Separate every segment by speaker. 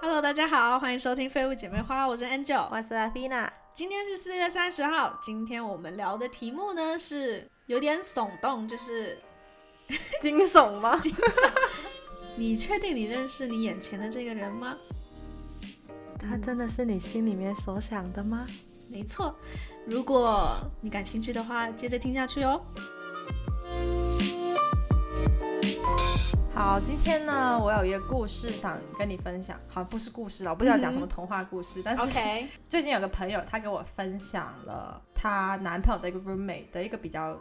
Speaker 1: Hello，大家好，欢迎收听《废物姐妹花》，我是 Angel。
Speaker 2: 我是 Athena，
Speaker 1: 今天是四月三十号，今天我们聊的题目呢是有点耸动，就是
Speaker 2: 惊悚吗？
Speaker 1: 你确定你认识你眼前的这个人吗？
Speaker 2: 他真的是你心里面所想的吗？
Speaker 1: 没错，如果你感兴趣的话，接着听下去哦。
Speaker 2: 好，今天呢，我有一个故事想跟你分享，好，不是故事了，我不知道讲什么童话故事，但是
Speaker 1: OK，
Speaker 2: 最近有个朋友，她给我分享了她男朋友的一个 roommate 的一个比较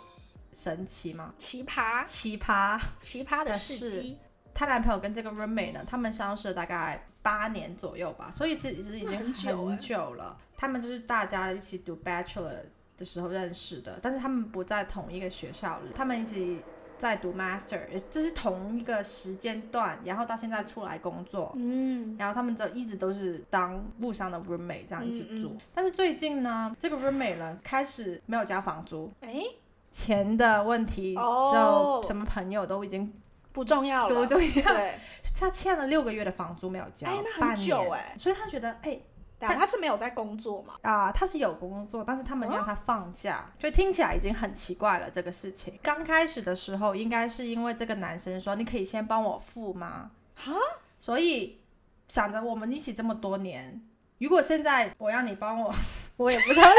Speaker 2: 神奇嘛，
Speaker 1: 奇葩
Speaker 2: 奇葩。
Speaker 1: 奇葩的
Speaker 2: 的
Speaker 1: 事
Speaker 2: 事
Speaker 1: 迹，
Speaker 2: 她男朋友跟这个 roommate 呢，他们相识了大概八年左右吧，所以其实已经
Speaker 1: 那很久欸
Speaker 2: 很久了。他们就是大家一起读 bachelor 的时候认识的，但是他们不在同一个学校里，他们一起在读 master，这是同一个时间段，然后到现在出来工作，
Speaker 1: 嗯，
Speaker 2: 然后他们就一直都是当路上的 roommate 这样一起
Speaker 1: 嗯嗯
Speaker 2: 住。但是最近呢，这个 roommate 呢开始没有交房租，
Speaker 1: 哎，
Speaker 2: 钱的问题，
Speaker 1: 哦
Speaker 2: 就什么朋友都已经
Speaker 1: 不重要
Speaker 2: 都
Speaker 1: 了，
Speaker 2: 都一样，
Speaker 1: 对，
Speaker 2: 他欠了六个月的房租没有交，
Speaker 1: 哎那很
Speaker 2: 半
Speaker 1: 久
Speaker 2: 年
Speaker 1: 哎
Speaker 2: 所以他觉得哎。
Speaker 1: 但他是没有在工作嘛？
Speaker 2: 啊、他是有工作，但是他们让他放假，
Speaker 1: 哦
Speaker 2: 就听起来已经很奇怪了。这个事情刚开始的时候，应该是因为这个男生说：“你可以先帮我付吗？”
Speaker 1: 啊，
Speaker 2: 所以想着我们一起这么多年，如果现在我让你帮我， 我也不知道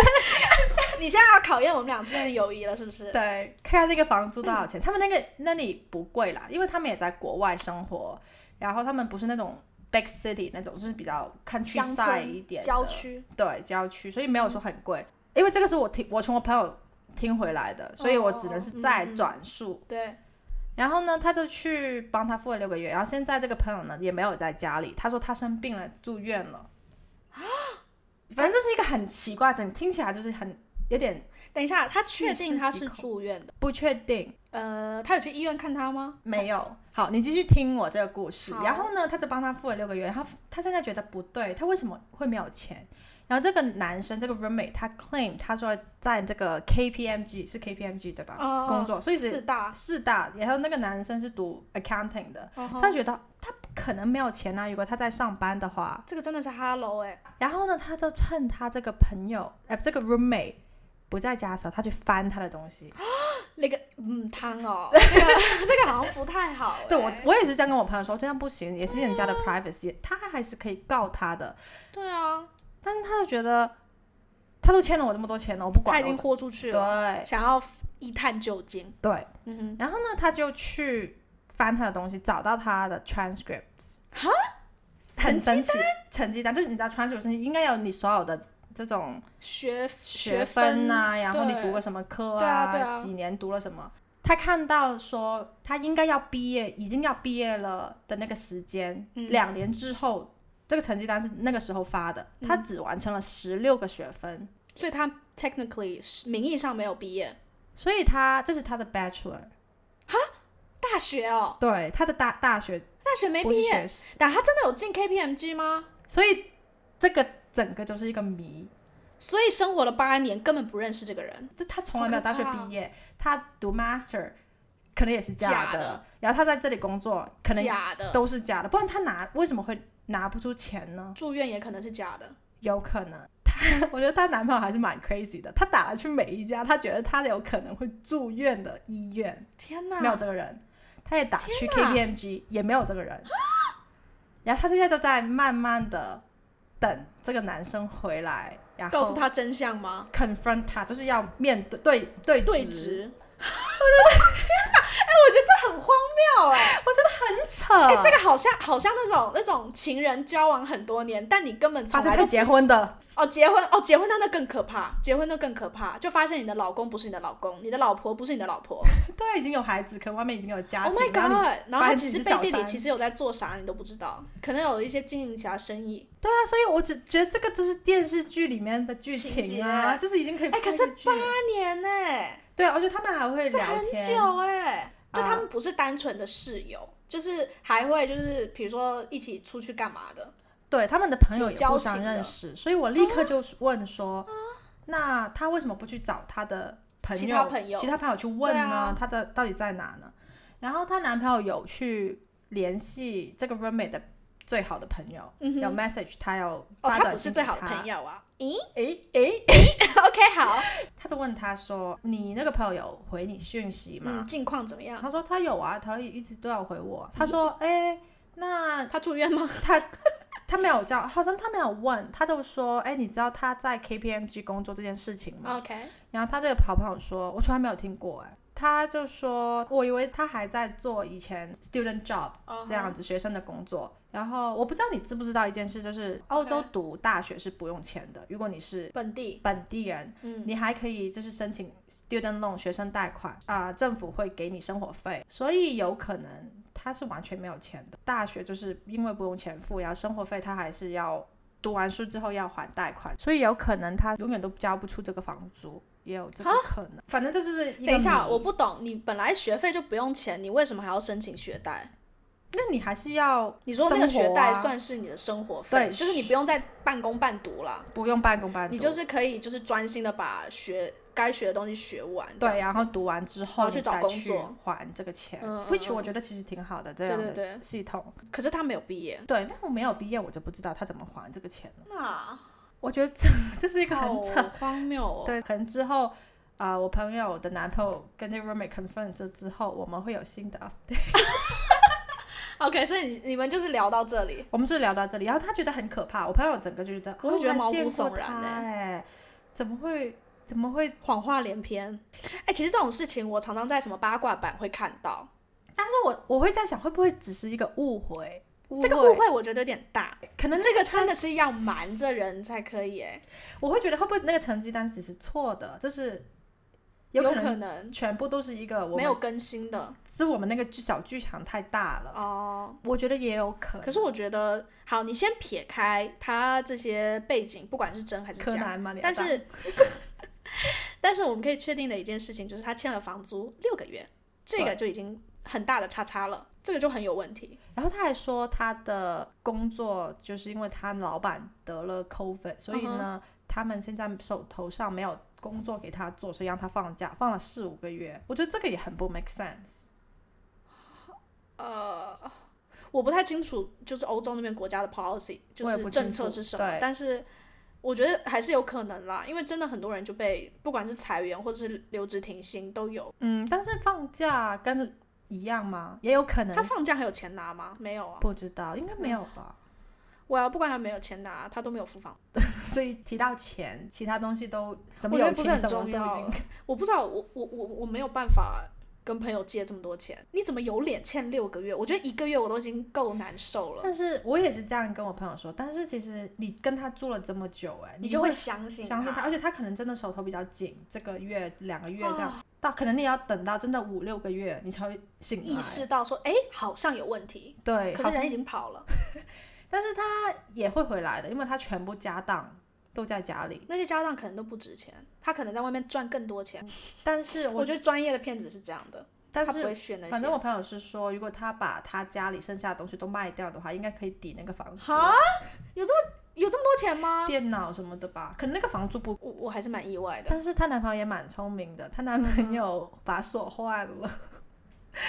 Speaker 1: 你现在要考验我们俩之间的友谊了，是不 是？
Speaker 2: 对，看看那个房租多少钱。他们那个那里不贵啦，因为他们也在国外生活，然后他们不是那种 big city 那种，就是比较
Speaker 1: 乡
Speaker 2: countryside 一
Speaker 1: 村
Speaker 2: 点的
Speaker 1: 郊区，
Speaker 2: 对郊区，所以没有说很贵。因为这个是我听我从我朋友听回来的，所以我只能是再转述。
Speaker 1: 对，
Speaker 2: 然后呢，他就去帮他付了六个月，然后现在这个朋友呢也没有在家里，他说他生病了，住院了。反正这是一个很奇怪，整听起来就是很有点
Speaker 1: 等一下，他
Speaker 2: 细
Speaker 1: 确定
Speaker 2: 思
Speaker 1: 他
Speaker 2: 极
Speaker 1: 是
Speaker 2: 恐
Speaker 1: 住院的？
Speaker 2: 不确定。
Speaker 1: 呃，他有去医院看他吗？
Speaker 2: 没有，好，你继续听我这个故事
Speaker 1: 好。
Speaker 2: 然后呢，他就帮他付了六个月，然后他现在觉得不对，他为什么会没有钱？然后这个男生，这个 roommate，他 claim 他说在这个 KPMG 是 KPMG 对吧？
Speaker 1: 哦
Speaker 2: 啊工作，所以
Speaker 1: 四
Speaker 2: 是
Speaker 1: 大，
Speaker 2: 是大。然后那个男生是读 accounting 的，
Speaker 1: 嗯
Speaker 2: 他
Speaker 1: 哼
Speaker 2: 觉得他不可能没有钱啊，如果他在上班的话。
Speaker 1: 这个真的是 Hello 哎、
Speaker 2: 然后呢，他就趁他这个朋友，呃，这个 roommate 不在家的时候，他去翻他的东西。
Speaker 1: 那个嗯汤哦，这个 这个好像不太好、欸。
Speaker 2: 对我，我也是这样跟我朋友说，这样不行，也是人家的
Speaker 1: 啊
Speaker 2: privacy，他还是可以告他的。
Speaker 1: 对啊，
Speaker 2: 但是他就觉得，他都欠了我这么多钱了，我不管
Speaker 1: 他
Speaker 2: 了。
Speaker 1: 已经豁出去了，
Speaker 2: 对
Speaker 1: 想要一探究竟。
Speaker 2: 对，
Speaker 1: 嗯
Speaker 2: 然后呢，他就去翻他的东西，找到他的 transcripts。
Speaker 1: 哈，
Speaker 2: 很神奇，成绩单就是你知道 transcript 是应该有你所有的这种
Speaker 1: 哼，学学
Speaker 2: 学分啊呐、然后你
Speaker 1: 对
Speaker 2: 读过什么课
Speaker 1: 对啊对啊
Speaker 2: 几年读了什么。他看到说他应该要毕业，已经要毕业了的那个时间，
Speaker 1: 嗯
Speaker 2: 两年之后，这个成绩单是那个时候发的，他
Speaker 1: 嗯
Speaker 2: 只完成了十六个学分，
Speaker 1: 所以他 technically 是名义上没有毕业
Speaker 2: 所以他这是他的 bachelor，
Speaker 1: 大学哦，
Speaker 2: 对，他的大大学
Speaker 1: 大学没
Speaker 2: 不是
Speaker 1: 毕业，
Speaker 2: 学士，
Speaker 1: 但他真的有进 KPMG 吗？
Speaker 2: 所以这个整个就是一个谜，
Speaker 1: 所以生活了八年，根本不认识这个人。
Speaker 2: 这他从来没有大学
Speaker 1: 好可怕哦
Speaker 2: 毕业，他读 master 可能也是
Speaker 1: 假
Speaker 2: 的，
Speaker 1: 的
Speaker 2: 然后他在这里工作可能
Speaker 1: 假的，
Speaker 2: 都是假的，不然他拿为什么会拿不出钱呢？
Speaker 1: 住院也可能是假的。
Speaker 2: 有可能她， 我觉得她男朋友还是蛮 crazy 的，她打了去每一家她觉得她有可能会住院的医院，
Speaker 1: 天哪，
Speaker 2: 没有这个人，她也打去
Speaker 1: 天哪
Speaker 2: KPMG 也没有这个人，然后她现在就在慢慢的等这个男生回来，然后
Speaker 1: 告诉他真相吗？
Speaker 2: confront 他，就是要面对对对
Speaker 1: 对
Speaker 2: 峙，
Speaker 1: 质。我觉得，天哪！哎，我觉得这很荒谬哎、
Speaker 2: 很扯，
Speaker 1: 哎、这个好像好像那种那种情人交往很多年，但你根本从
Speaker 2: 发现
Speaker 1: 来
Speaker 2: 他
Speaker 1: 都
Speaker 2: 结婚的，
Speaker 1: 哦结婚哦结婚那那更可怕，结婚那更可怕，就发现你的老公不是你的老公，你的老婆不是你的老婆。
Speaker 2: 对，已经有孩子，可能外面已经有家
Speaker 1: Oh
Speaker 2: 庭
Speaker 1: my
Speaker 2: 然后你
Speaker 1: god！然后他
Speaker 2: 发现
Speaker 1: 其
Speaker 2: 自
Speaker 1: 实
Speaker 2: 己是
Speaker 1: 背
Speaker 2: 小
Speaker 1: 地里
Speaker 2: 三
Speaker 1: 其实有在做啥，你都不知道，可能有一些经营其他生意。
Speaker 2: 对啊，所以我只觉得这个就是电视剧里面的剧情啊，
Speaker 1: 情节
Speaker 2: 就是已经可以
Speaker 1: 哎可是
Speaker 2: 拍个剧了
Speaker 1: 八年呢、
Speaker 2: 对，啊而且他们还会
Speaker 1: 这
Speaker 2: 聊
Speaker 1: 很
Speaker 2: 天，
Speaker 1: 久哎、就他
Speaker 2: 啊
Speaker 1: 们不是单纯的室友，就是还会就是比如说一起出去干嘛的。
Speaker 2: 对他们的朋友
Speaker 1: 有
Speaker 2: 也
Speaker 1: 交
Speaker 2: 互
Speaker 1: 情
Speaker 2: 相
Speaker 1: 的哦
Speaker 2: 认识，所以我立刻就问说，那他为什么不去找他的朋友，
Speaker 1: 其他朋友
Speaker 2: 其他朋友去问
Speaker 1: 对
Speaker 2: 呢？
Speaker 1: 啊
Speaker 2: 他的到底在哪呢？然后她男朋友有去联系这个 roommate 的最好的朋友，
Speaker 1: 嗯
Speaker 2: 要
Speaker 1: 哼，
Speaker 2: message 他要
Speaker 1: 哦，
Speaker 2: 发
Speaker 1: 他
Speaker 2: 短
Speaker 1: 不是
Speaker 2: 信
Speaker 1: 最
Speaker 2: 给
Speaker 1: 好的
Speaker 2: 他
Speaker 1: 朋友啊。咦
Speaker 2: 诶诶，
Speaker 1: ，OK，好，
Speaker 2: 他就问他说：“你那个朋友有回你讯息
Speaker 1: 嗯，
Speaker 2: 吗？”
Speaker 1: 近况怎么样？
Speaker 2: 他说：“他有啊，他一直都有回我。”
Speaker 1: 嗯
Speaker 2: 他说：“诶，那
Speaker 1: 他住院吗？
Speaker 2: 他他没有这样，好像他没有问，他就说：‘诶，你知道他在 KPMG 工作这件事情吗？’”
Speaker 1: OK，
Speaker 2: 然后他这个好朋友说：“我从来没有听过。”哎，他就说：“我以为他还在做以前 student job
Speaker 1: 哦，
Speaker 2: 这样子学生的工作。”然后我不知道你知不知道一件事，就是澳
Speaker 1: 嗯
Speaker 2: 洲
Speaker 1: OK
Speaker 2: 读大学是不用钱的，如果你是
Speaker 1: 本地，
Speaker 2: 本地人，
Speaker 1: 嗯，
Speaker 2: 你还可以就是申请 student loan 学生贷款啊、政府会给你生活费，所以有可能他是完全没有钱的。大学就是因为不用钱付，然后生活费他还是要读完书之后要还贷款，所以有可能他永远都交不出这个房租，也有这个可能。反正这就是
Speaker 1: 啊
Speaker 2: 一个
Speaker 1: 等一下，
Speaker 2: 谜
Speaker 1: 我不懂，你本来学费就不用钱，你为什么还要申请学贷？
Speaker 2: 那你还是要
Speaker 1: 你说那个
Speaker 2: 生
Speaker 1: 学
Speaker 2: 活
Speaker 1: 贷
Speaker 2: 啊
Speaker 1: 算是你的生活费，
Speaker 2: 对
Speaker 1: 就是你不用再半工半读了，
Speaker 2: 不用半工半读，
Speaker 1: 你就是可以就是专心的把学该学的东西学完。这
Speaker 2: 对，
Speaker 1: 样
Speaker 2: 然
Speaker 1: 子
Speaker 2: 后读完之
Speaker 1: 然
Speaker 2: 后
Speaker 1: 后
Speaker 2: 你
Speaker 1: 去找
Speaker 2: 再
Speaker 1: 工
Speaker 2: 去
Speaker 1: 作
Speaker 2: 还这个钱、
Speaker 1: 嗯嗯
Speaker 2: w h i c h
Speaker 1: 嗯
Speaker 2: 我觉得其实挺好的这
Speaker 1: 对
Speaker 2: 样
Speaker 1: 对
Speaker 2: 的
Speaker 1: 对，
Speaker 2: 系统。
Speaker 1: 可是他没有毕业，
Speaker 2: 对，那我没有毕业，我就不知道他怎么还这个钱了。
Speaker 1: 那
Speaker 2: 我觉得这 这是一个很扯。
Speaker 1: 好荒谬哦。
Speaker 2: 对，可能之后啊、我朋友的男朋友跟这个 roommate confirm 这之后，我们会有新的 update。
Speaker 1: OK，所以你你们就是聊到这里，
Speaker 2: 我们就聊到这里，然后他觉得很可怕，我朋友整个就觉得，
Speaker 1: 我会觉得
Speaker 2: 哦
Speaker 1: 毛骨
Speaker 2: 见过
Speaker 1: 悚然
Speaker 2: 他
Speaker 1: 欸
Speaker 2: 哎，怎么会怎么会？
Speaker 1: 谎话连篇。哎，其实这种事情我常常在什么八卦版会看到，
Speaker 2: 但是我我会在想，会不会只是一个误会？
Speaker 1: 这个误会我觉得有点大，
Speaker 2: 可能
Speaker 1: 这
Speaker 2: 那
Speaker 1: 个
Speaker 2: 成
Speaker 1: 真的是要瞒着人才可以，哎，
Speaker 2: 我会觉得会不会那个成绩单只是错的，就是有
Speaker 1: 有
Speaker 2: 可
Speaker 1: 可
Speaker 2: 能
Speaker 1: 能
Speaker 2: 全部都是一个我
Speaker 1: 没有
Speaker 2: 们
Speaker 1: 更新的
Speaker 2: 是我们那个剧小剧场太大了，
Speaker 1: 哦。
Speaker 2: 我觉得也有可能。
Speaker 1: 可是我觉得，好，你先撇开他这些背景，不管是真还是
Speaker 2: 柯
Speaker 1: 假，
Speaker 2: 南嘛，你要
Speaker 1: 但
Speaker 2: 当
Speaker 1: 是，但是我们可以确定的一件事情就是，他欠了房租六个月，这个就已经很大的叉叉了，这个就很有问题。
Speaker 2: 然后他还说他的工作就是因为他老板得了 COVID，所以
Speaker 1: 嗯
Speaker 2: 呢，他们现在手头上没有工作给他做，所以让他放假，放了四五个月。我觉得这个也很不 make sense。
Speaker 1: 呃我不太清楚，就是欧洲那边国家的 policy，就
Speaker 2: 我也
Speaker 1: 是
Speaker 2: 不
Speaker 1: 政
Speaker 2: 清
Speaker 1: 策
Speaker 2: 楚
Speaker 1: 是什么，
Speaker 2: 对
Speaker 1: 但是我觉得还是有可能啦，因为真的很多人就被不管是裁员或者是留职停薪都有。
Speaker 2: 嗯，但是放假跟一样吗？也有可能
Speaker 1: 他，放假还有钱拿吗？没有啊。
Speaker 2: 不知道，应该没有吧。
Speaker 1: 我要不管他有没有钱拿，他都没有付房租
Speaker 2: 所以提到钱，其他东西都什么
Speaker 1: 嗯我觉得
Speaker 2: 友
Speaker 1: 不
Speaker 2: 情
Speaker 1: 是很
Speaker 2: 什么都
Speaker 1: 重
Speaker 2: 已
Speaker 1: 要
Speaker 2: 经。
Speaker 1: 我不知道，我我我我没有办法跟朋友借这么多钱，你怎么有脸欠六个月？我觉得一个月我都已经够难受了，
Speaker 2: 但是我也是这样跟我朋友说，但是其实你跟他住了这么久、哎，
Speaker 1: 你
Speaker 2: 你
Speaker 1: 就
Speaker 2: 会
Speaker 1: 会相信
Speaker 2: 相信他，而且他可能真的手头比较紧，这个月两个月这
Speaker 1: 哦
Speaker 2: 样，到可能你要等到真的五六个月你才会醒来
Speaker 1: 意识到说，哎，好像有问题，
Speaker 2: 对，
Speaker 1: 可
Speaker 2: 好
Speaker 1: 是人已经跑了，
Speaker 2: 但是他也会回来的，因为他全部家当都在家里。
Speaker 1: 那些家当可能都不值钱，他可能在外面赚更多钱。
Speaker 2: 但是
Speaker 1: 我
Speaker 2: 我，
Speaker 1: 觉得专业的骗子是这样的，
Speaker 2: 嗯但
Speaker 1: 他不
Speaker 2: 是
Speaker 1: 会选那些。
Speaker 2: 反正我朋友是说，如果他把他家里剩下的东西都卖掉的话，应该可以抵那个房租、
Speaker 1: 哈，有这么有这么多钱吗？
Speaker 2: 电脑什么的吧。可能那个房租不，
Speaker 1: 我我还是蛮意外的，
Speaker 2: 但是她男朋友也蛮聪明的，她男朋友
Speaker 1: 嗯
Speaker 2: 把锁换了，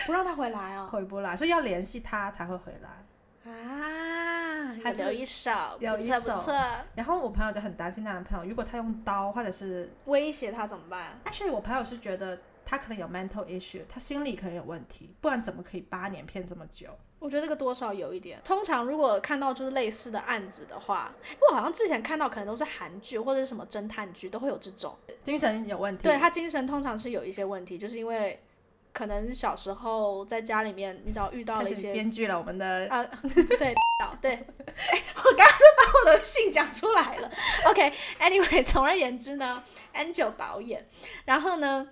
Speaker 1: 不让他回来 啊、
Speaker 2: 回不来，所以要联系他才会回来。
Speaker 1: 啊，
Speaker 2: 还是
Speaker 1: 有留一手，
Speaker 2: 留
Speaker 1: 不
Speaker 2: 一
Speaker 1: 错不
Speaker 2: 手
Speaker 1: 错，
Speaker 2: 然后我朋友就很担心她男朋友，如果他用刀或者是
Speaker 1: 威胁他怎么办？
Speaker 2: Actually，我朋友是觉得他可能有 mental issue，他心理可能有问题，不然怎么可以八年骗这么久？
Speaker 1: 我觉得这个多少有一点。通常如果看到就是类似的案子的话，因为我好像之前看到可能都是韩剧或者是什么侦探剧都会有这种。
Speaker 2: 精神有问题。
Speaker 1: 对他精神通常是有一些问题，就是因为可能小时候在家里面，你只要遇到了
Speaker 2: 开
Speaker 1: 一
Speaker 2: 始
Speaker 1: 些
Speaker 2: 编剧了我们的
Speaker 1: 啊，对， 对，哎，我刚刚就把我的姓讲出来了。OK，Anyway，、总 而言之呢，N 九导演，然后呢，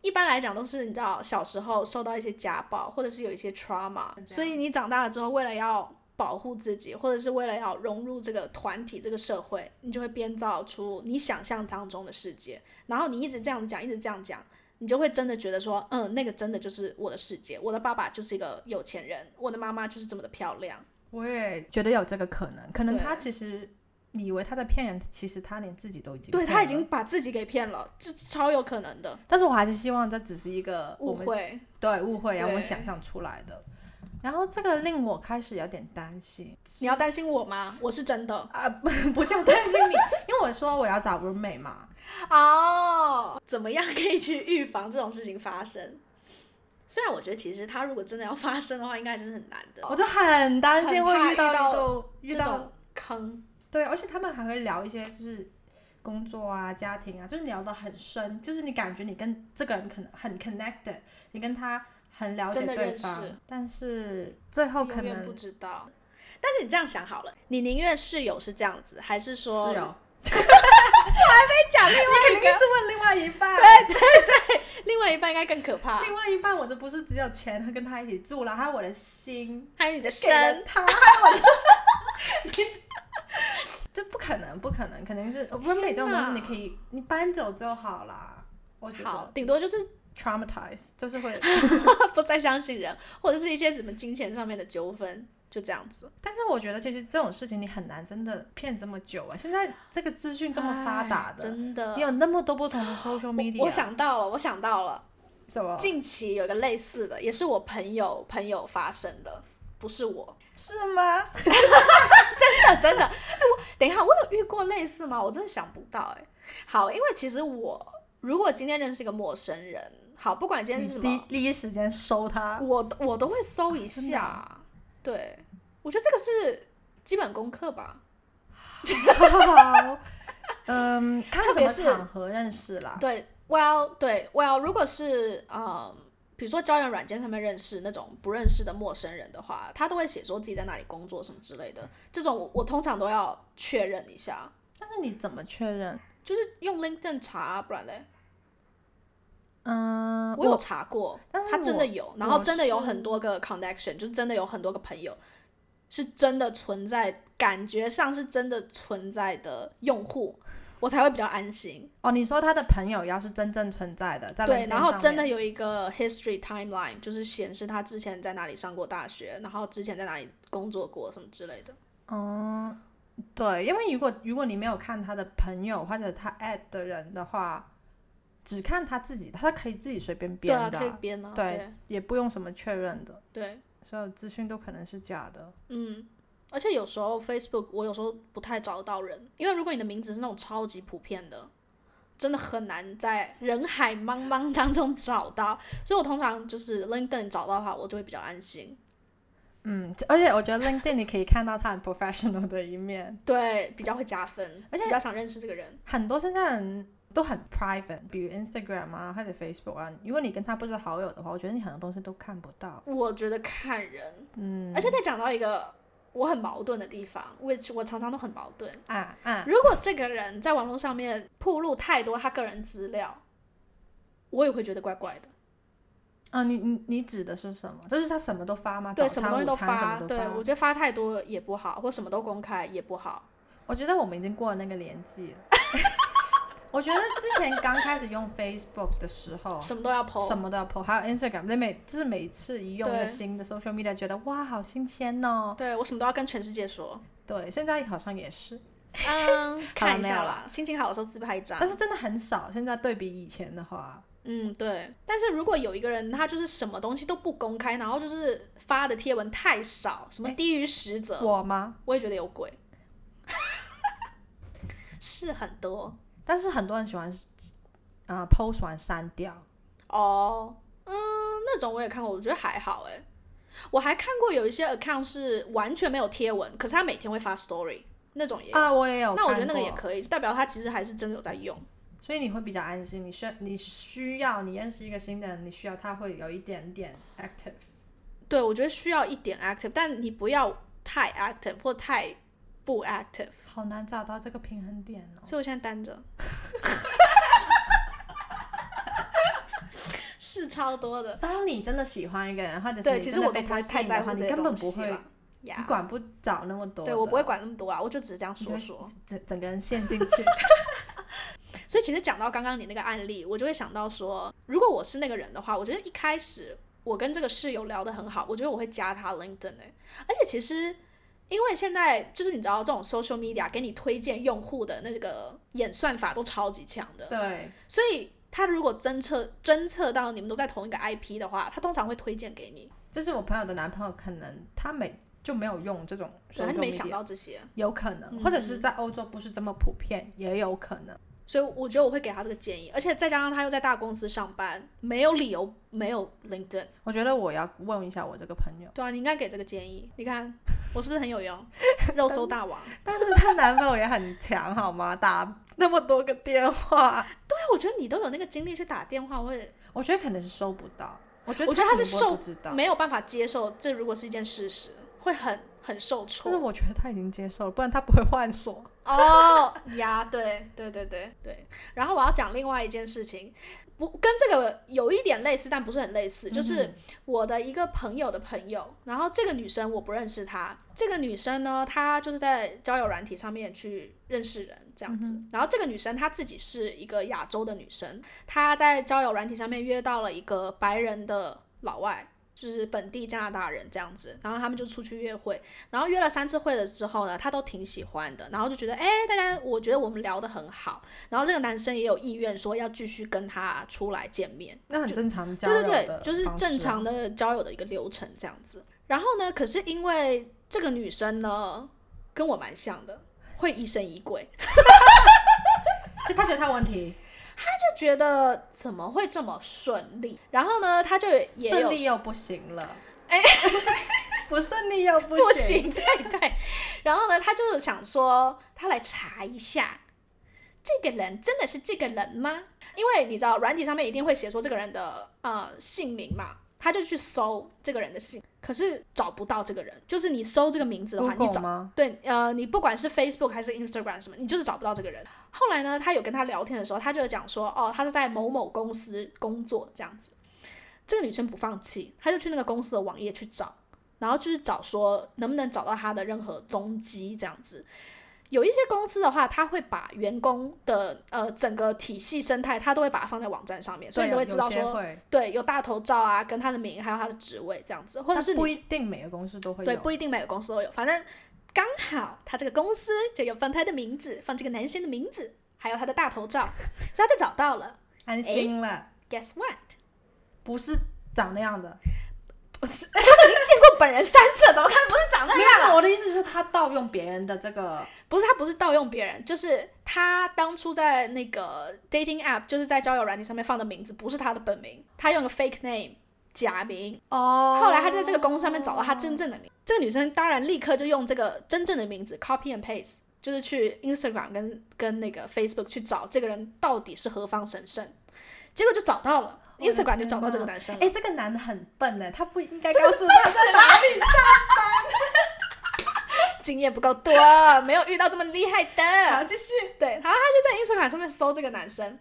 Speaker 1: 一般来讲都是你知道小时候受到一些家暴，或者是有一些 trauma，
Speaker 2: 这样
Speaker 1: 所以你长大了之后，为了要保护自己，或者是为了要融入这个团体、这个社会，你就会编造出你想象当中的世界，然后你一直这样讲，一直这样讲。你就会真的觉得说，嗯，那个真的就是我的世界，我的爸爸就是一个有钱人，我的妈妈就是这么的漂亮，
Speaker 2: 我也觉得有这个可能，可能
Speaker 1: 对
Speaker 2: 他其实你以为他在骗人，其实他连自己都已经
Speaker 1: 对
Speaker 2: 骗
Speaker 1: 他已
Speaker 2: 了
Speaker 1: 经。把自己给骗了，这超有可能的
Speaker 2: 但是我还是希望这只是一个我
Speaker 1: 误
Speaker 2: 们
Speaker 1: 会。
Speaker 2: 对误会，然后我们
Speaker 1: 对
Speaker 2: 想象出来的。然后这个令我开始有点担心，
Speaker 1: 你要担心我吗？我是真的
Speaker 2: 啊，不 不是我担心 你，因为我说我要找 roommate 嘛，
Speaker 1: 哦。怎么样可以去预防这种事情发生？虽然我觉得其实它如果真的要发生的话，应该就是很难的。
Speaker 2: 我就很担心会遇
Speaker 1: 很怕遇
Speaker 2: 到遇
Speaker 1: 这
Speaker 2: 到
Speaker 1: 种坑，
Speaker 2: 对，而且他们还会聊一些就是工作啊、家庭啊，就是聊得很深，就是你感觉你跟这个人可能很 connected，你跟他很了解
Speaker 1: 真的
Speaker 2: 对
Speaker 1: 认
Speaker 2: 方
Speaker 1: 识，
Speaker 2: 但是最后可
Speaker 1: 永远不
Speaker 2: 能
Speaker 1: 知道。但是你这样想好了，你宁愿室友是这样子，还是说哎
Speaker 2: 是哦，
Speaker 1: 讲另
Speaker 2: 你肯
Speaker 1: 外一
Speaker 2: 定
Speaker 1: 个
Speaker 2: 是问另外一半，对，
Speaker 1: 另外一半应该更可怕，
Speaker 2: 另外一半我这不是只有钱跟他一起住了，还有我的心
Speaker 1: 还有你的
Speaker 2: 给了
Speaker 1: 身，
Speaker 2: 他，还有我的心。 这不可能，不可能，肯定是温美这种东西，
Speaker 1: 哪
Speaker 2: 你可以你搬走就好啦。我觉
Speaker 1: 好
Speaker 2: 得，
Speaker 1: 顶多就是
Speaker 2: traumatize 就是会
Speaker 1: 不再相信人，或者是一些什么金钱上面的纠纷，就这样子。
Speaker 2: 但是我觉得，其实这种事情你很难真的骗这么久啊！现在这个资讯这么发达
Speaker 1: 哎
Speaker 2: 的，
Speaker 1: 真的
Speaker 2: 你有那么多不同的 social media，哦
Speaker 1: 我想到了，我想到了，
Speaker 2: 什么？
Speaker 1: 近期有一个类似的，也是我朋友朋友发生的，不是 我，
Speaker 2: 是吗？
Speaker 1: 真的真的。哎、我等一下，我有遇过类似吗？我真的想不到哎、好，因为其实我如果今天认识一个陌生人，好，不管今天
Speaker 2: 你
Speaker 1: 是什
Speaker 2: 第
Speaker 1: 么，
Speaker 2: 第一时间 收他，
Speaker 1: 我我都会搜一
Speaker 2: 真的啊
Speaker 1: 下。对，我觉得这个是基本功课吧。
Speaker 2: 好，嗯，看
Speaker 1: 特
Speaker 2: 什
Speaker 1: 别
Speaker 2: 么
Speaker 1: 是
Speaker 2: 场合认识啦。
Speaker 1: 对，Well，对，Well，如果是嗯，比如说交友软件上面认识那种不认识的陌生人的话，他都会写说自己在哪里工作什么之类的。这种我我通常都要确认一下，
Speaker 2: 但是你怎么确认？
Speaker 1: 就是用 LinkedIn 查啊、不然嘞，
Speaker 2: 嗯，
Speaker 1: 我有查过，
Speaker 2: 但是
Speaker 1: 他真的
Speaker 2: 我
Speaker 1: 有，然后
Speaker 2: 我
Speaker 1: 真的有
Speaker 2: 是
Speaker 1: 很多个 connection，就是真的有很多个朋友，是真的存在，感觉上是真的存在的用户，我才会比较安心。
Speaker 2: 哦，你说他的朋友要是真正存在的，在
Speaker 1: 对，
Speaker 2: LinkedIn
Speaker 1: 然后
Speaker 2: 上
Speaker 1: 真
Speaker 2: 面
Speaker 1: 的有一个 history timeline，就是显示他之前在哪里上过大学，然后之前在哪里工作过什么之类的。
Speaker 2: 嗯，对，因为如果如果你没有看他的朋友或者他 at 的人的话，只看他自己，他可以自己随便
Speaker 1: 对
Speaker 2: 编
Speaker 1: 啊，
Speaker 2: 的
Speaker 1: 可以
Speaker 2: 啊，
Speaker 1: 编啊。
Speaker 2: 对
Speaker 1: 对
Speaker 2: 也不用什么确认的，
Speaker 1: 对，
Speaker 2: 所有资讯都可能是假的。
Speaker 1: 嗯。而且有时候 Facebook 我有时候不太找得到人，因为如果你的名字是那种超级普遍的，真的很难在人海茫茫当中找到。所以我通常就是 LinkedIn 找到的话，我就会比较安心。
Speaker 2: 嗯，而且我觉得 LinkedIn 你可以看到他很 professional 的一面，
Speaker 1: 对，比较会加分，
Speaker 2: 而且
Speaker 1: 比较想认识这个人。
Speaker 2: 很多现在人都很 private，比如 Instagram 啊或者 Facebook 啊，如果你跟他不是好友的话，我觉得你很多东西都看不到。
Speaker 1: 我觉得看人，
Speaker 2: 嗯，
Speaker 1: 而且再讲到一个我很矛盾的地方，which 我常常都很矛盾。
Speaker 2: 啊啊，
Speaker 1: 如果这个人在网络上面暴露太多他个人资料，我也会觉得怪怪的。
Speaker 2: 啊，你你你指的是什么？就是他什么都发吗？
Speaker 1: 对，
Speaker 2: 啊早
Speaker 1: 什么
Speaker 2: 餐
Speaker 1: 东西
Speaker 2: 午
Speaker 1: 都
Speaker 2: 餐什
Speaker 1: 发，
Speaker 2: 么都
Speaker 1: 对我觉得发太多也不好，或什么都公开也不好。
Speaker 2: 我觉得我们已经过了那个年纪了。 我觉得之前刚开始用 Facebook 的时候，
Speaker 1: 什么都要 PO，
Speaker 2: 哦什么都要 po，还有 Instagram，那每就是每次一用一
Speaker 1: 对
Speaker 2: 个新的 social media，觉得哇，好新鲜哦。
Speaker 1: 对我什么都要跟全世界 说。
Speaker 2: 对，现在好像也是，
Speaker 1: 嗯，看一
Speaker 2: 没
Speaker 1: 下
Speaker 2: 有
Speaker 1: 啦，心情好的时候自拍一张
Speaker 2: 但。是真的很少。现在对比以前的话，
Speaker 1: 嗯，对。但是如果有一个人他就是什么东西都不公开，然后就是发的贴文太少，什么
Speaker 2: 哎
Speaker 1: 低于十则，
Speaker 2: 我吗？
Speaker 1: 我也觉得有鬼，是很多
Speaker 2: 但是很多人喜欢，啊、p o 喜欢删掉。
Speaker 1: 哦。嗯，那种我也看过，我觉得还好哎。我还看过有一些 account 是完全没有贴文，可是他每天会发 story 那种哦也有。
Speaker 2: 啊，我也有。
Speaker 1: 那我觉得那个也。可以，代表他其实还是真的有在用。
Speaker 2: 所以你会比较安心，你需你需要你认识一个新的人，你需要他会有一点点 active。
Speaker 1: 对，我觉得需要一点 active，但你不要太 active 或太不 active。
Speaker 2: 好难找到这个平衡点哦。
Speaker 1: 所以我现在单 着，是超多的。
Speaker 2: 当你真的喜欢一个人，或者是
Speaker 1: 对，
Speaker 2: 你
Speaker 1: 其
Speaker 2: 真
Speaker 1: 实
Speaker 2: 的
Speaker 1: 我都
Speaker 2: 被
Speaker 1: 不
Speaker 2: 他
Speaker 1: 会
Speaker 2: 吸
Speaker 1: 太
Speaker 2: 引
Speaker 1: 在
Speaker 2: 的
Speaker 1: 乎
Speaker 2: 话，
Speaker 1: 这
Speaker 2: 你
Speaker 1: 些
Speaker 2: 根本
Speaker 1: 东
Speaker 2: 不
Speaker 1: 西
Speaker 2: 会，
Speaker 1: 啦。
Speaker 2: 你
Speaker 1: 呀，
Speaker 2: 管不着那么多的。
Speaker 1: 对我不会管那么多啊，我就只是这样
Speaker 2: 你
Speaker 1: 说
Speaker 2: 会
Speaker 1: 说。
Speaker 2: 整整个人陷 进去。
Speaker 1: 所以其实讲到刚刚你那个案例，我就会想到说，如果我是那个人的话，我觉得一开始我跟这个室友聊得很好，我觉得我会加他 LinkedIn 哎、而且其实因为现在就是你知道这种 social media 给你推荐用户的那个演算法都超级强的，
Speaker 2: 对，
Speaker 1: 所以他如果侦测侦测到你们都在同一个 IP 的话，他通常会推荐给你。
Speaker 2: 就是我朋友的男朋友，可能他没就没有用这种，
Speaker 1: 所以他就没想，
Speaker 2: 啊
Speaker 1: 到这些，
Speaker 2: 有可能，
Speaker 1: 嗯
Speaker 2: 或者是在欧洲不是这么普遍，也有可能。
Speaker 1: 所以我觉得我会给他这个建议，而且再加上他又在大公司上班，没有理由没有 LinkedIn。
Speaker 2: 我觉得我要问一下我这个朋友，
Speaker 1: 对啊，你应该给这个建议。你看我是不是很有用？肉搜大王。
Speaker 2: 但是她男朋友也很强，好吗？打那么多个电话，
Speaker 1: 对啊，我觉得你都有那个精力去打电话，我也
Speaker 2: 我觉得可能是收不到。我觉得
Speaker 1: 我觉得她是
Speaker 2: 可能
Speaker 1: 受
Speaker 2: 不知道，
Speaker 1: 没有办法接受。这如果是一件事实，会很很受
Speaker 2: 但是
Speaker 1: 挫。
Speaker 2: 我觉得他已经接受了，不然他不会换锁。
Speaker 1: 哦呀，对对对对对。然后我要讲另外一件事情，不跟这个有一点类似，但不是很类似，就是。我的一个朋友的朋友，然后这个女生我不认识她，这个女生呢，她就是在交友软体上面去认识人这样子。然后这个女生她自己是一个亚洲的女生，她在交友软体上面约到了一个白人的老外。就是本地加拿大人这样子，然后他们就出去约会，然后约了三次会了之后呢，她都挺喜欢的，然后就觉得，哎，大家，我觉得我们聊得很好，然后这个男生也有意愿说要继续跟她出来见面，
Speaker 2: 那很正常交
Speaker 1: 对
Speaker 2: 流
Speaker 1: 对对
Speaker 2: 的，
Speaker 1: 就是
Speaker 2: 方式啊
Speaker 1: 正常的交友的一个流程这样子。然后呢，可是因为这个女生呢，跟我蛮像的，会疑神疑鬼，
Speaker 2: 就他觉得他有问题，
Speaker 1: 就觉得怎么会这么顺利？然后呢，她就也有
Speaker 2: 顺利又不行了，哎， 不顺利又不
Speaker 1: 不
Speaker 2: 行，
Speaker 1: 行，对对。 然后呢，她就想说，她来查一下，这个人真的是这个人吗？因为你知道，软体上面一定会写说这个人的呃姓名嘛，她就去搜这个人的姓，可是找不到这个人。就是你搜这个名字的话，你
Speaker 2: Google
Speaker 1: 找
Speaker 2: 吗？
Speaker 1: 对，呃，你不管是 Facebook 还是 Instagram 什么，你就是找不到这个人。后来呢，他有跟他聊天的时候，他就讲说，哦，他是在某某公司工作这样子。这个女生不放弃，她就去那个公司的网页去找，然后就是找说能不能找到他的任何踪迹这样子。有一些公司的话，他会把员工的呃整个体系生态，他都会把它放在网站上面，所以你
Speaker 2: 对啊
Speaker 1: 会知道
Speaker 2: 有些
Speaker 1: 说，
Speaker 2: 会
Speaker 1: 对，有大头照啊，跟他的名，还有他的职位这样子，或者
Speaker 2: 但
Speaker 1: 是你
Speaker 2: 不一定每个公司都会
Speaker 1: 对，
Speaker 2: 有。
Speaker 1: 不一定每个公司都有，反正刚好他这个公司就有放他的名字，放这个男生的名字，还有他的大头照，所以他就找到了。
Speaker 2: 安心了，
Speaker 1: Guess what？
Speaker 2: 不是长那样的。
Speaker 1: 见过本人三次了，怎么可能不是长那
Speaker 2: 没
Speaker 1: 样？啊
Speaker 2: 有，我的意思是，他盗用别人的这个，
Speaker 1: 不是，他不是盗用别人，就是他当初在那个 dating app，就是在交友软件上面放的名字，不是他的本名，他用了 fake name 假名，
Speaker 2: 哦
Speaker 1: 后来他就在这个公司上面找到他真正的名，这个女生当然立刻就用这个真正的名字 copy and paste，就是去 Instagram 跟跟那个 Facebook 去找这个人到底是何方神圣，结果就找到了
Speaker 2: 我的
Speaker 1: ，Instagram 就
Speaker 2: 哦天
Speaker 1: 找到这个
Speaker 2: 哪
Speaker 1: 男生了。
Speaker 2: 哎，这个男的很笨哎，他不应该告诉他在哪里。
Speaker 1: 经验不够多，没有遇到这么厉害的。
Speaker 2: 好，继续。
Speaker 1: 对，然后他就在 Instagram 上面搜这个男生，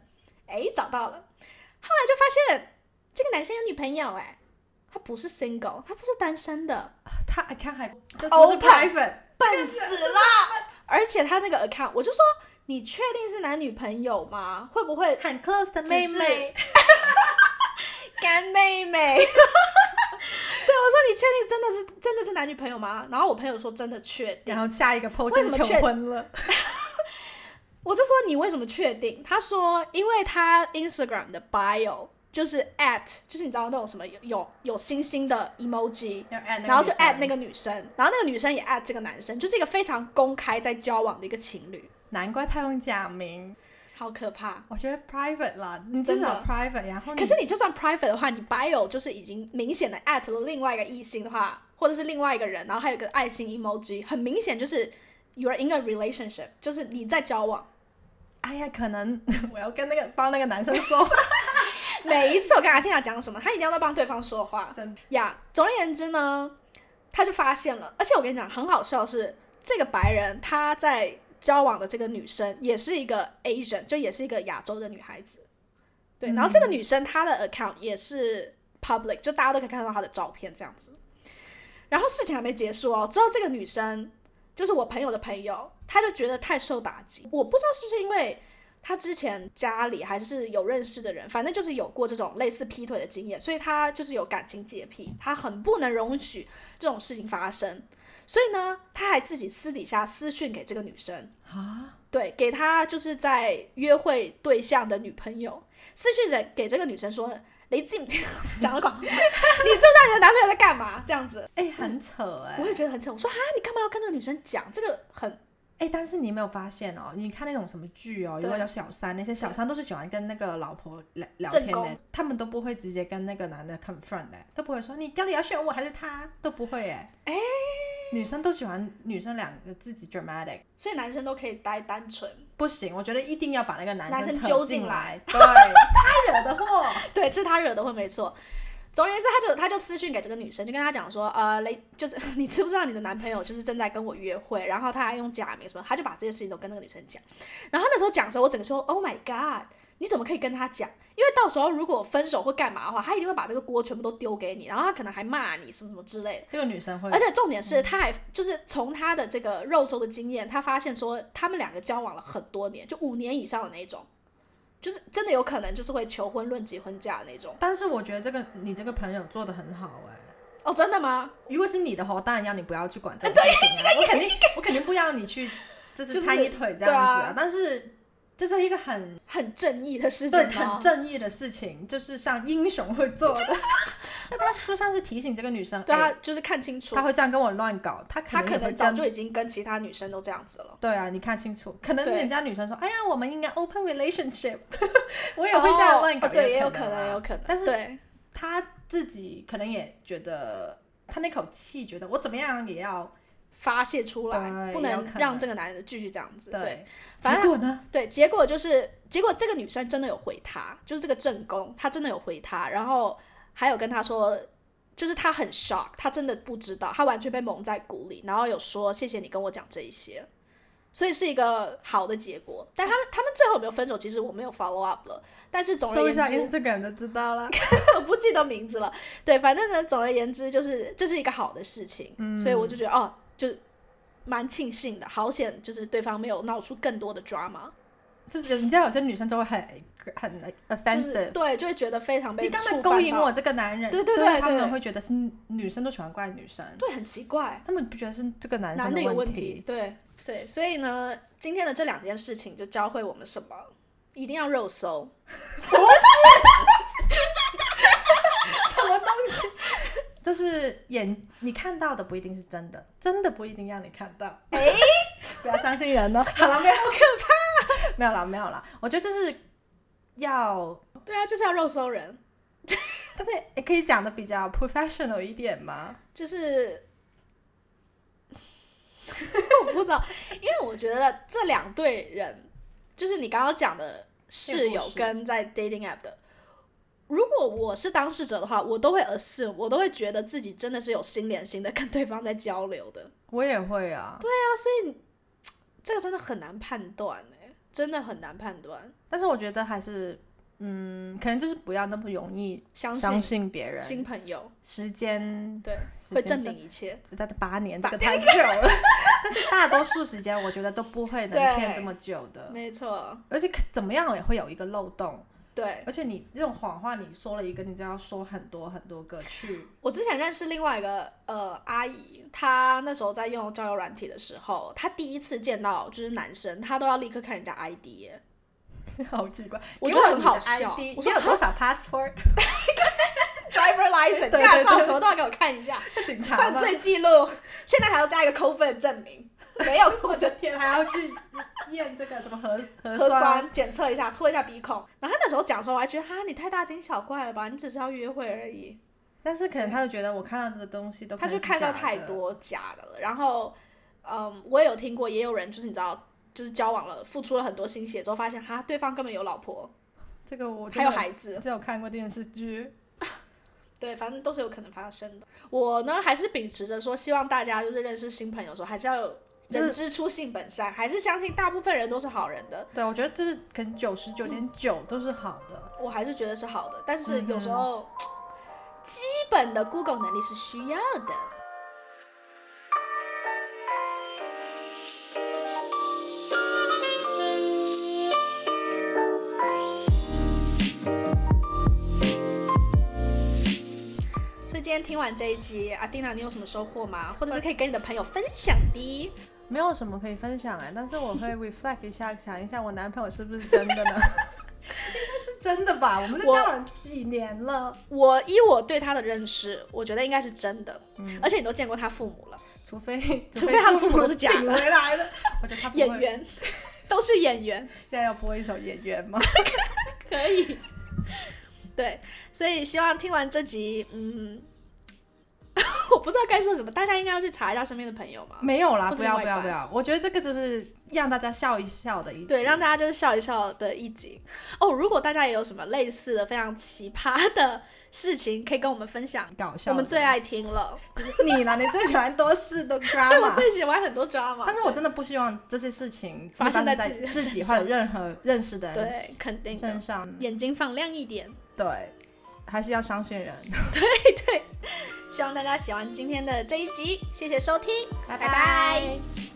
Speaker 1: 哎，找到了。后来就发现这个男生有女朋友，哎，他不是 single，他不是单身的。
Speaker 2: 他 I can 还这不是
Speaker 1: Open
Speaker 2: private，
Speaker 1: 笨死了！而且他那个 account，我就说你确定是男女朋友吗？会不会
Speaker 2: 很 close 的
Speaker 1: 妹
Speaker 2: 妹
Speaker 1: 妹
Speaker 2: 妹，
Speaker 1: 干妹妹？ 对，我说你确定真的是真的是男女朋友吗？然后我朋友说真的确定，
Speaker 2: 然后下一个 post
Speaker 1: 为什么
Speaker 2: 是
Speaker 1: 确
Speaker 2: 求婚了。
Speaker 1: 我就说你为什么确定？他说因为他 Instagram 的 bio 就是 at，就是你知道那种什么有有有星星的 emoji，然
Speaker 2: 然
Speaker 1: 后就 at 那个女生，然后那个女生也 at 这个男生，就是一个非常公开在交往的一个情侣，
Speaker 2: 难怪他用假名。
Speaker 1: 好可怕。
Speaker 2: 我觉得 private 啦，你
Speaker 1: 真
Speaker 2: 至少
Speaker 1: 的
Speaker 2: private，然后你
Speaker 1: 可是你就算 private 的话，你 bio 就是已经明显的 at 了另外一个异性的话，或者是另外一个人，然后还有一个爱心 emoji，很明显就是 you're in a relationship，就是你在交往。
Speaker 2: 哎呀，可能 我要跟那个帮那个男生说，
Speaker 1: 每一次我跟阿天娜讲什么，他一定要在帮对方说话
Speaker 2: 真的
Speaker 1: 呀。总而言之呢，他就发现了，而且我跟你讲，很好笑的是，这个白人他在交往的这个女生也是一个 Asian，就也是一个亚洲的女孩子。
Speaker 2: 嗯
Speaker 1: 对，然后这个女生她的 account 也是 public，就大家都可以看到她的照片这样子。然后事情还没结束哦，之后这个女生就是我朋友的朋友，她就觉得太受打击。我不知道是不是因为她之前家里还是有认识的人，反正就是有过这种类似劈腿的经验，所以她就是有感情洁癖，她很不能容许这种事情发生。所以呢，她还自己私底下私讯给这个女生，
Speaker 2: 啊，
Speaker 1: 对，给她就是在约会对象的女朋友私讯给给这个女生说，你自己 讲了广，你知不知道你的男朋友在干嘛？这样子，
Speaker 2: 哎、很扯哎、
Speaker 1: 我也觉得很扯。我说哈，啊你干嘛要跟这个女生讲？这个很
Speaker 2: 哎、但是你有没有发现哦？你看那种什么剧哦，如
Speaker 1: 对
Speaker 2: 果有小三，那些小三都是喜欢跟那个老婆聊聊
Speaker 1: 正
Speaker 2: 天
Speaker 1: 宫
Speaker 2: 的，他们都不会直接跟那个男的 confront 的，都不会说你到底要选我还是他，都不会哎。
Speaker 1: 哎
Speaker 2: 女生都喜欢女生两个自己 dramatic，
Speaker 1: 所以男生都可以待单纯，
Speaker 2: 不行，我觉得一定要把那个男
Speaker 1: 男生
Speaker 2: 扯
Speaker 1: 揪进
Speaker 2: 进
Speaker 1: 来
Speaker 2: 来，对，是他惹的祸。
Speaker 1: 对，是他惹的祸，没错。总而言之，他就他就私讯给这个女生，就跟她讲说，呃，雷就是 你知不知道你的男朋友就是正在跟我约会，然后他还用假名什么，他就把这些事情都跟那个女生讲。然后他那时候讲的时候，我整个说，Oh my god，你怎么可以跟他讲？因为到时候如果分手或干嘛的话，他一定会把这个锅全部都丢给你，然后他可能还骂你什么什么之类的。
Speaker 2: 这个女生会
Speaker 1: 而，且重点是，他还就是从他的这个肉搜的经验，他发现说他们两个交往了很多年，就五年以上的那种，就是真的有可能就是会求婚论及婚嫁的那种。
Speaker 2: 但是我觉得这个你这个朋友做的很好哎。
Speaker 1: 哦，真的吗？
Speaker 2: 如果是你的话，我当然要你不要去管
Speaker 1: 呃
Speaker 2: 这种事情、 啊。我肯定，我肯定不要你去，
Speaker 1: 就
Speaker 2: 就
Speaker 1: 是是
Speaker 2: 掺一腿这样子
Speaker 1: 对啊
Speaker 2: 但是这是一个很
Speaker 1: 很正义的事
Speaker 2: 对
Speaker 1: 情吗
Speaker 2: 很？正义的事情，就是像英雄会做 的。那他就像是提醒这个女生，
Speaker 1: 对
Speaker 2: 哎
Speaker 1: 他就是看清楚
Speaker 2: 她，会这样跟我乱搞，她可
Speaker 1: 他
Speaker 2: 能
Speaker 1: 可
Speaker 2: 也会
Speaker 1: 能早
Speaker 2: 跟
Speaker 1: 就已经跟其他女生都这样子了。
Speaker 2: 对啊，你看清楚，可能
Speaker 1: 对哦
Speaker 2: 人家女生说，哎呀，我们应该 open relationship，我 也会这样乱搞，
Speaker 1: 哦哦对，也
Speaker 2: 有
Speaker 1: 可
Speaker 2: 能啊
Speaker 1: 能，也有可能。
Speaker 2: 但是
Speaker 1: 对，
Speaker 2: 她自己可能也觉得，她那口气觉得我怎么样也要
Speaker 1: 发泄出来，
Speaker 2: 对
Speaker 1: 不
Speaker 2: 也有
Speaker 1: 能
Speaker 2: 可能
Speaker 1: 让这个男人继续这样子。对，反正
Speaker 2: 结果呢？
Speaker 1: 对，结果就是，结果这个女生真的有回他，就是这个正宫，她真的有回他，然后还有跟他说，就是她很 shock，她真的不知道，她完全被蒙在鼓里，然后有说谢谢你跟我讲这一些，所以是一个好的结果。但他们他们最后有没有分手，其实我没有 follow up 了，但是总而
Speaker 2: 搜一
Speaker 1: 言
Speaker 2: 下
Speaker 1: 之，
Speaker 2: Instagram 就知道了。
Speaker 1: 我不记得名字了。 对，反正呢，总而言之，就是这是一个好的事情，
Speaker 2: 嗯
Speaker 1: 所以我就觉得哦，就蛮庆幸的，好险，就是对方没有闹出更多的 drama。
Speaker 2: 就是你知道，有些女生就会很很
Speaker 1: 就是
Speaker 2: offensive，、
Speaker 1: 对，就会觉得非常被
Speaker 2: 你刚才
Speaker 1: 触
Speaker 2: 勾
Speaker 1: 犯
Speaker 2: 引
Speaker 1: 到
Speaker 2: 我，这个男人，
Speaker 1: 对对对
Speaker 2: 他
Speaker 1: 对
Speaker 2: 们会觉得是女生都喜欢怪女生，
Speaker 1: 对，很奇怪，
Speaker 2: 他们不觉得是这个男
Speaker 1: 男
Speaker 2: 生
Speaker 1: 的有
Speaker 2: 问
Speaker 1: 问题，对，所以所以呢，今天的这两件事情就教会我们什么？一定要肉搜，
Speaker 2: 什么东西？ 就是眼你看到的不一定是真的，真的不一定让你看到。哎， 不要相信 人哦。好了，没有，好可怕。 没有啦，没有啦。我觉得就是要，
Speaker 1: 对啊，就是要肉搜人，
Speaker 2: 但是也可以讲的比较 professional 一点嘛。
Speaker 1: 就是。 我不知道，因为我觉得这两对人，就是你刚刚讲的室友
Speaker 2: 故事
Speaker 1: 跟在 dating app 的，如果我是当事者的话，我都会 assume，我都会觉得自己真的是有心连心的跟对方在交流的。
Speaker 2: 我也会啊。
Speaker 1: 这个真的很难判断哎、真的很难判断。
Speaker 2: 但是我觉得还是，嗯，可能就是不要那么容易
Speaker 1: 相
Speaker 2: 相
Speaker 1: 信
Speaker 2: 信别人。
Speaker 1: 新朋友
Speaker 2: 时间
Speaker 1: 对
Speaker 2: 时
Speaker 1: 会
Speaker 2: 间
Speaker 1: 证明一切，
Speaker 2: 是，在八年
Speaker 1: 八
Speaker 2: 这个太久了。 但是大多数时间，我觉得都不会能
Speaker 1: 对
Speaker 2: 骗这么久的，
Speaker 1: 没错，
Speaker 2: 而且可怎么样也会有一个漏洞。
Speaker 1: 对。
Speaker 2: 而且你这种谎话，你说了一个，你就要说很多很多个去。
Speaker 1: 我之前认识另外一个呃阿姨，她那时候在用交友软体的时候，她第一次见到就是男生，她都要立刻看人家 ID，耶
Speaker 2: 好奇怪，
Speaker 1: 我
Speaker 2: 给
Speaker 1: 觉得
Speaker 2: 你
Speaker 1: 很好
Speaker 2: 的
Speaker 1: 笑
Speaker 2: ID，
Speaker 1: 我
Speaker 2: 你
Speaker 1: 说
Speaker 2: 有多少 passport？
Speaker 1: driver license
Speaker 2: 对对
Speaker 1: 驾照
Speaker 2: 对
Speaker 1: 什么都要给我看一下，
Speaker 2: 警察
Speaker 1: 犯
Speaker 2: 吗？
Speaker 1: 罪记录，现在还要加一个扣分证 明，没有
Speaker 2: 我的天，还要去验这个什么核核
Speaker 1: 核酸检测一下，戳一下鼻孔。然后她那时候讲的时候，我还觉得哈你太大惊小怪了吧，你只是要约会而已。
Speaker 2: 但是可能他就觉得我看到的东西都可
Speaker 1: 他
Speaker 2: 能
Speaker 1: 就是看到
Speaker 2: 假
Speaker 1: 太
Speaker 2: 的
Speaker 1: 多假的了。然后，嗯，我也有听过，也有人就是你知道，就是交往了，付出了很多心血之后，发现哈，对方根本有老婆，
Speaker 2: 这个我
Speaker 1: 还有
Speaker 2: 真的
Speaker 1: 孩子，
Speaker 2: 只有看过电视剧，
Speaker 1: 对，反正都是有可能发生的。我呢，还是秉持着说，希望大家就是认识新朋友的时候，还是要有
Speaker 2: 就是
Speaker 1: 人之初性本善，还是相信大部分人都是好人的。
Speaker 2: 对我觉得就是可能九十九点九都是好的，
Speaker 1: 我还是觉得是好的，但是
Speaker 2: 嗯哼
Speaker 1: 有时候、基本的 Google 能力是需要的。所以今天听完这一集，阿蒂娜，你有什么收获吗？或者是可以跟你的朋友分享的？
Speaker 2: 没有什么可以分享哎、但是我会 reflect 一下，想一下我男朋友是不是真的呢？应该是真的吧？我们都
Speaker 1: 我
Speaker 2: 交往几年了，
Speaker 1: 我依我对他的认识，我觉得应该是真的，
Speaker 2: 嗯
Speaker 1: 而且你都见过他父母了，
Speaker 2: 除非
Speaker 1: 除非他的父母都是假的
Speaker 2: 请回来 的。我觉得他不会
Speaker 1: 演，员都是演员，
Speaker 2: 现在要播一首《演员》吗？
Speaker 1: 可以。对，所以希望听完这集，嗯， 我不知道该说什么，大家应该要去查一下身边的朋友嘛。
Speaker 2: 没有啦，
Speaker 1: 或是
Speaker 2: 不要不
Speaker 1: 另外
Speaker 2: 要
Speaker 1: 一半
Speaker 2: 不要！我觉得这个就是让大家笑一笑的一集
Speaker 1: 对，让大家就是笑一笑的一集哦。如果大家也有什么类似的非常奇葩的事情，可以跟我们分享，
Speaker 2: 搞笑的。
Speaker 1: 我们最爱听了。
Speaker 2: 你啦，你最喜欢多事 的
Speaker 1: 对，我
Speaker 2: drama。
Speaker 1: 最喜欢很多 drama，
Speaker 2: 但是我真的不希望这些事情
Speaker 1: 发生
Speaker 2: 在
Speaker 1: 在自己的
Speaker 2: 自己
Speaker 1: 身
Speaker 2: 或
Speaker 1: 上
Speaker 2: 者任何认识的人
Speaker 1: 对，肯定的
Speaker 2: 身，上。
Speaker 1: 眼睛放亮一点。
Speaker 2: 对，还是要相信人。
Speaker 1: 希望大家喜欢今天的这一集，谢谢收听，
Speaker 2: 拜
Speaker 1: 拜拜